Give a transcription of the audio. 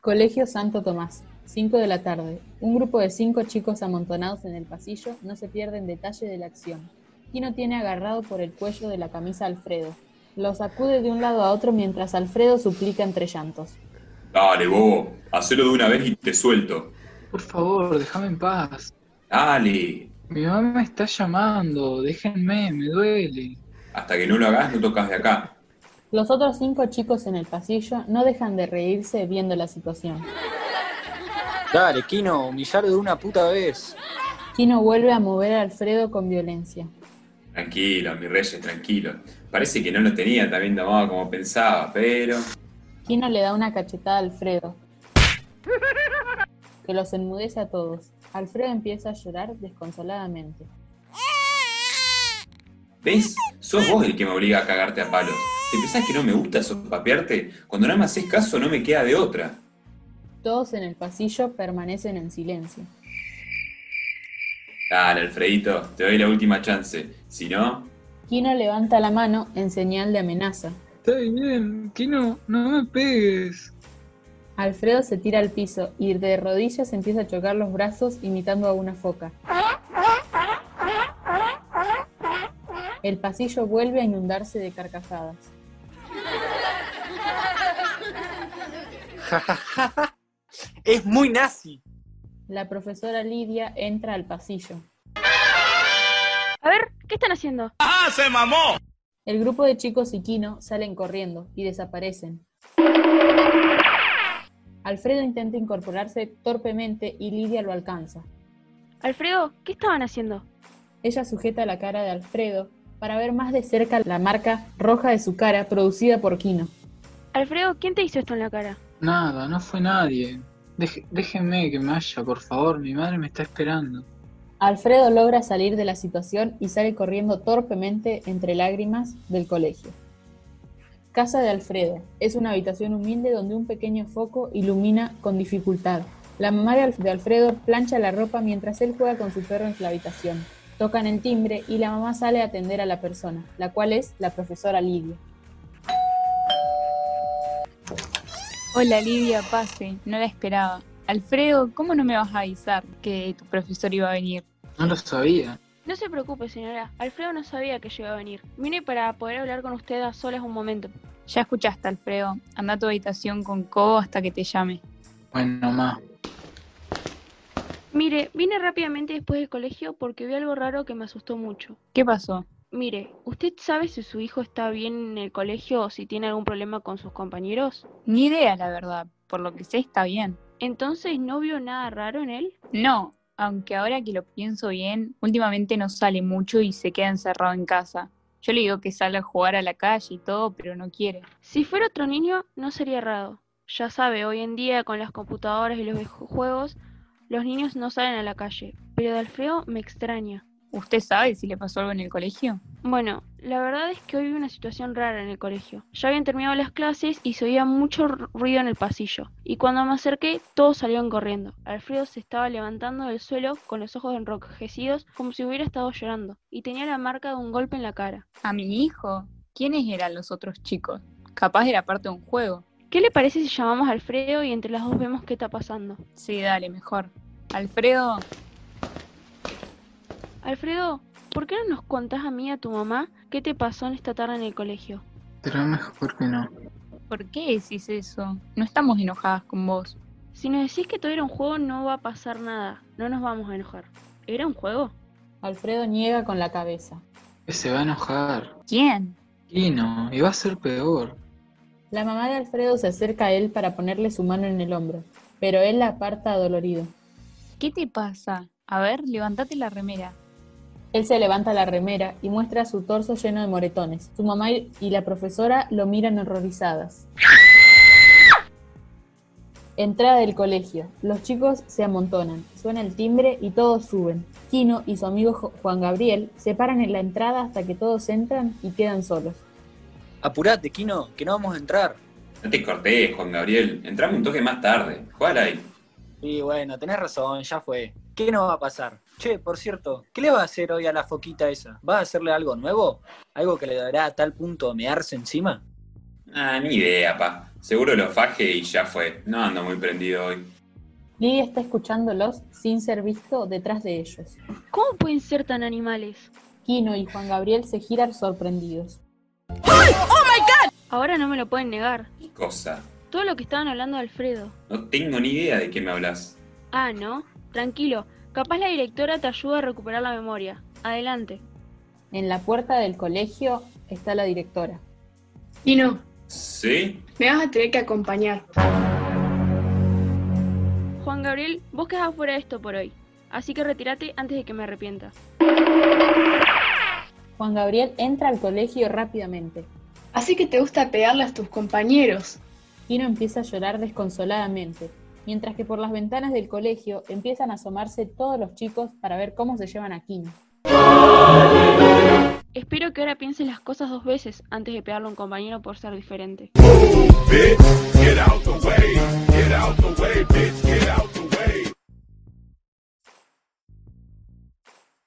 Colegio Santo Tomás, 5 de la tarde. Un grupo de cinco chicos amontonados en el pasillo no se pierden detalle de la acción. Tino tiene agarrado por el cuello de la camisa a Alfredo. Lo sacude de un lado a otro mientras Alfredo suplica entre llantos. Dale, bobo, hacelo de una vez y te suelto. Por favor, déjame en paz. Dale. Mi mamá me está llamando, déjenme, me duele. Hasta que no lo hagas, no tocas de acá. Los otros cinco chicos en el pasillo no dejan de reírse viendo la situación. Dale, Kino, humillar de una puta vez. Kino vuelve a mover a Alfredo con violencia. Tranquilo, mi reyes, tranquilo. Parece que no lo tenía también tomado como pensaba, pero. Kino le da una cachetada a Alfredo, que los enmudece a todos. Alfredo empieza a llorar desconsoladamente. ¿Ves? Sos vos el que me obliga a cagarte a palos. ¿Te pensás que no me gusta sopapearte? Cuando no me haces caso, no me queda de otra. Todos en el pasillo permanecen en silencio. Dale, Alfredito, te doy la última chance. Si no, Kino levanta la mano en señal de amenaza. Está bien, Kino, no me pegues. Alfredo se tira al piso y de rodillas empieza a chocar los brazos imitando a una foca. El pasillo vuelve a inundarse de carcajadas. Es muy nazi. La profesora Lidia entra al pasillo. A ver, ¿qué están haciendo? El grupo de chicos y Kino salen corriendo y desaparecen. Alfredo intenta incorporarse torpemente y Lidia lo alcanza. Alfredo, ¿qué estaban haciendo? Ella sujeta la cara de Alfredo para ver más de cerca la marca roja de su cara producida por Kino. Alfredo, ¿quién te hizo esto en la cara? Nada, no fue nadie. Deje- déjenme que me vaya, por favor, mi madre me está esperando. Alfredo logra salir de la situación y sale corriendo torpemente entre lágrimas del colegio. Casa de Alfredo. Es una habitación humilde donde un pequeño foco ilumina con dificultad. La mamá de Alf- de Alfredo plancha la ropa mientras él juega con su perro en la habitación. Tocan el timbre y la mamá sale a atender a la persona, la cual es la profesora Lidia. Hola Lidia, pase, no la esperaba. Alfredo, ¿cómo no me vas a avisar que tu profesor iba a venir? No lo sabía. No se preocupe, señora. Alfredo no sabía que yo iba a venir. Vine para poder hablar con usted a solas un momento. Ya escuchaste, Alfredo. Anda a tu habitación con Cobo hasta que te llame. Bueno, ma, Mire, vine rápidamente después del colegio porque vi algo raro que me asustó mucho. ¿Qué pasó? Mire, ¿usted sabe si su hijo está bien en el colegio o si tiene algún problema con sus compañeros? Ni idea, la verdad. Por lo que sé, está bien. Entonces, ¿no vio nada raro en él? No, aunque ahora que lo pienso bien, últimamente no sale mucho y se queda encerrado en casa. Yo le digo que salga a jugar a la calle y todo, pero no quiere. Si fuera otro niño, no sería raro. Ya sabe, hoy en día con las computadoras y los videojuegos, los niños no salen a la calle. Pero de Alfredo me extraña. ¿Usted sabe si le pasó algo en el colegio? Bueno, la verdad es que hoy vi una situación rara en el colegio. Ya habían terminado las clases y se oía mucho ru- ruido en el pasillo. Y cuando me acerqué, todos salieron corriendo. Alfredo se estaba levantando del suelo con los ojos enrojecidos como si hubiera estado llorando. Y tenía la marca de un golpe en la cara. ¿A mi hijo? ¿Quiénes eran los otros chicos? Capaz era parte de un juego. ¿Qué le parece si llamamos a Alfredo y entre las dos vemos qué está pasando? Sí, dale, mejor. Alfredo, Alfredo, ¿por qué no nos contás a mí y a tu mamá qué te pasó en esta tarde en el colegio? pero mejor que no. ¿por qué decís eso? No estamos enojadas con vos. Si nos decís que todo era un juego no va a pasar nada, no nos vamos a enojar. ¿Era un juego? Alfredo niega con la cabeza. Que se va a enojar. ¿Quién? Kino, y va a ser peor. La mamá de Alfredo se acerca a él para ponerle su mano en el hombro, pero él la aparta adolorido. ¿Qué te pasa? A ver, levántate la remera. Él se levanta la remera y muestra su torso lleno de moretones. Su mamá y y la profesora lo miran horrorizadas. Entrada del colegio. Los chicos se amontonan, suena el timbre y todos suben. Kino y su amigo Jo- Juan Gabriel se paran en la entrada hasta que todos entran y quedan solos. Apurate, Kino, que no vamos a entrar. no te cortés, Juan Gabriel. Entrame un toque más tarde. Jugala ahí. Sí, bueno, tenés razón, ya fue. ¿Qué nos va a pasar? Che, por cierto, ¿qué le va a hacer hoy a la foquita esa? ¿Va a hacerle algo nuevo? ¿Algo que le dará a tal punto mearse encima? Ah, ni idea, pa. Seguro lo faje y ya fue. No ando muy prendido hoy. Lily está escuchándolos sin ser visto detrás de ellos. ¿Cómo pueden ser tan animales? Kino y Juan Gabriel se giran sorprendidos. Ahora no me lo pueden negar. ¿Qué cosa? Todo lo que estaban hablando de Alfredo. No tengo ni idea de qué me hablas. Ah, ¿no? Tranquilo. Capaz la directora te ayuda a recuperar la memoria. Adelante. En la puerta del colegio está la directora. Kino, ¿Sí? me vas a tener que acompañar. Juan Gabriel, vos quedás fuera de esto por hoy. Así que retírate antes de que me arrepienta. Juan Gabriel entra al colegio rápidamente. Así que te gusta pegarle a tus compañeros. Kino empieza a llorar desconsoladamente, mientras que por las ventanas del colegio empiezan a asomarse todos los chicos para ver cómo se llevan a Kino. Espero que ahora pienses las cosas dos veces antes de pegarle a un compañero por ser diferente. Get out the way, get out the way, bitch.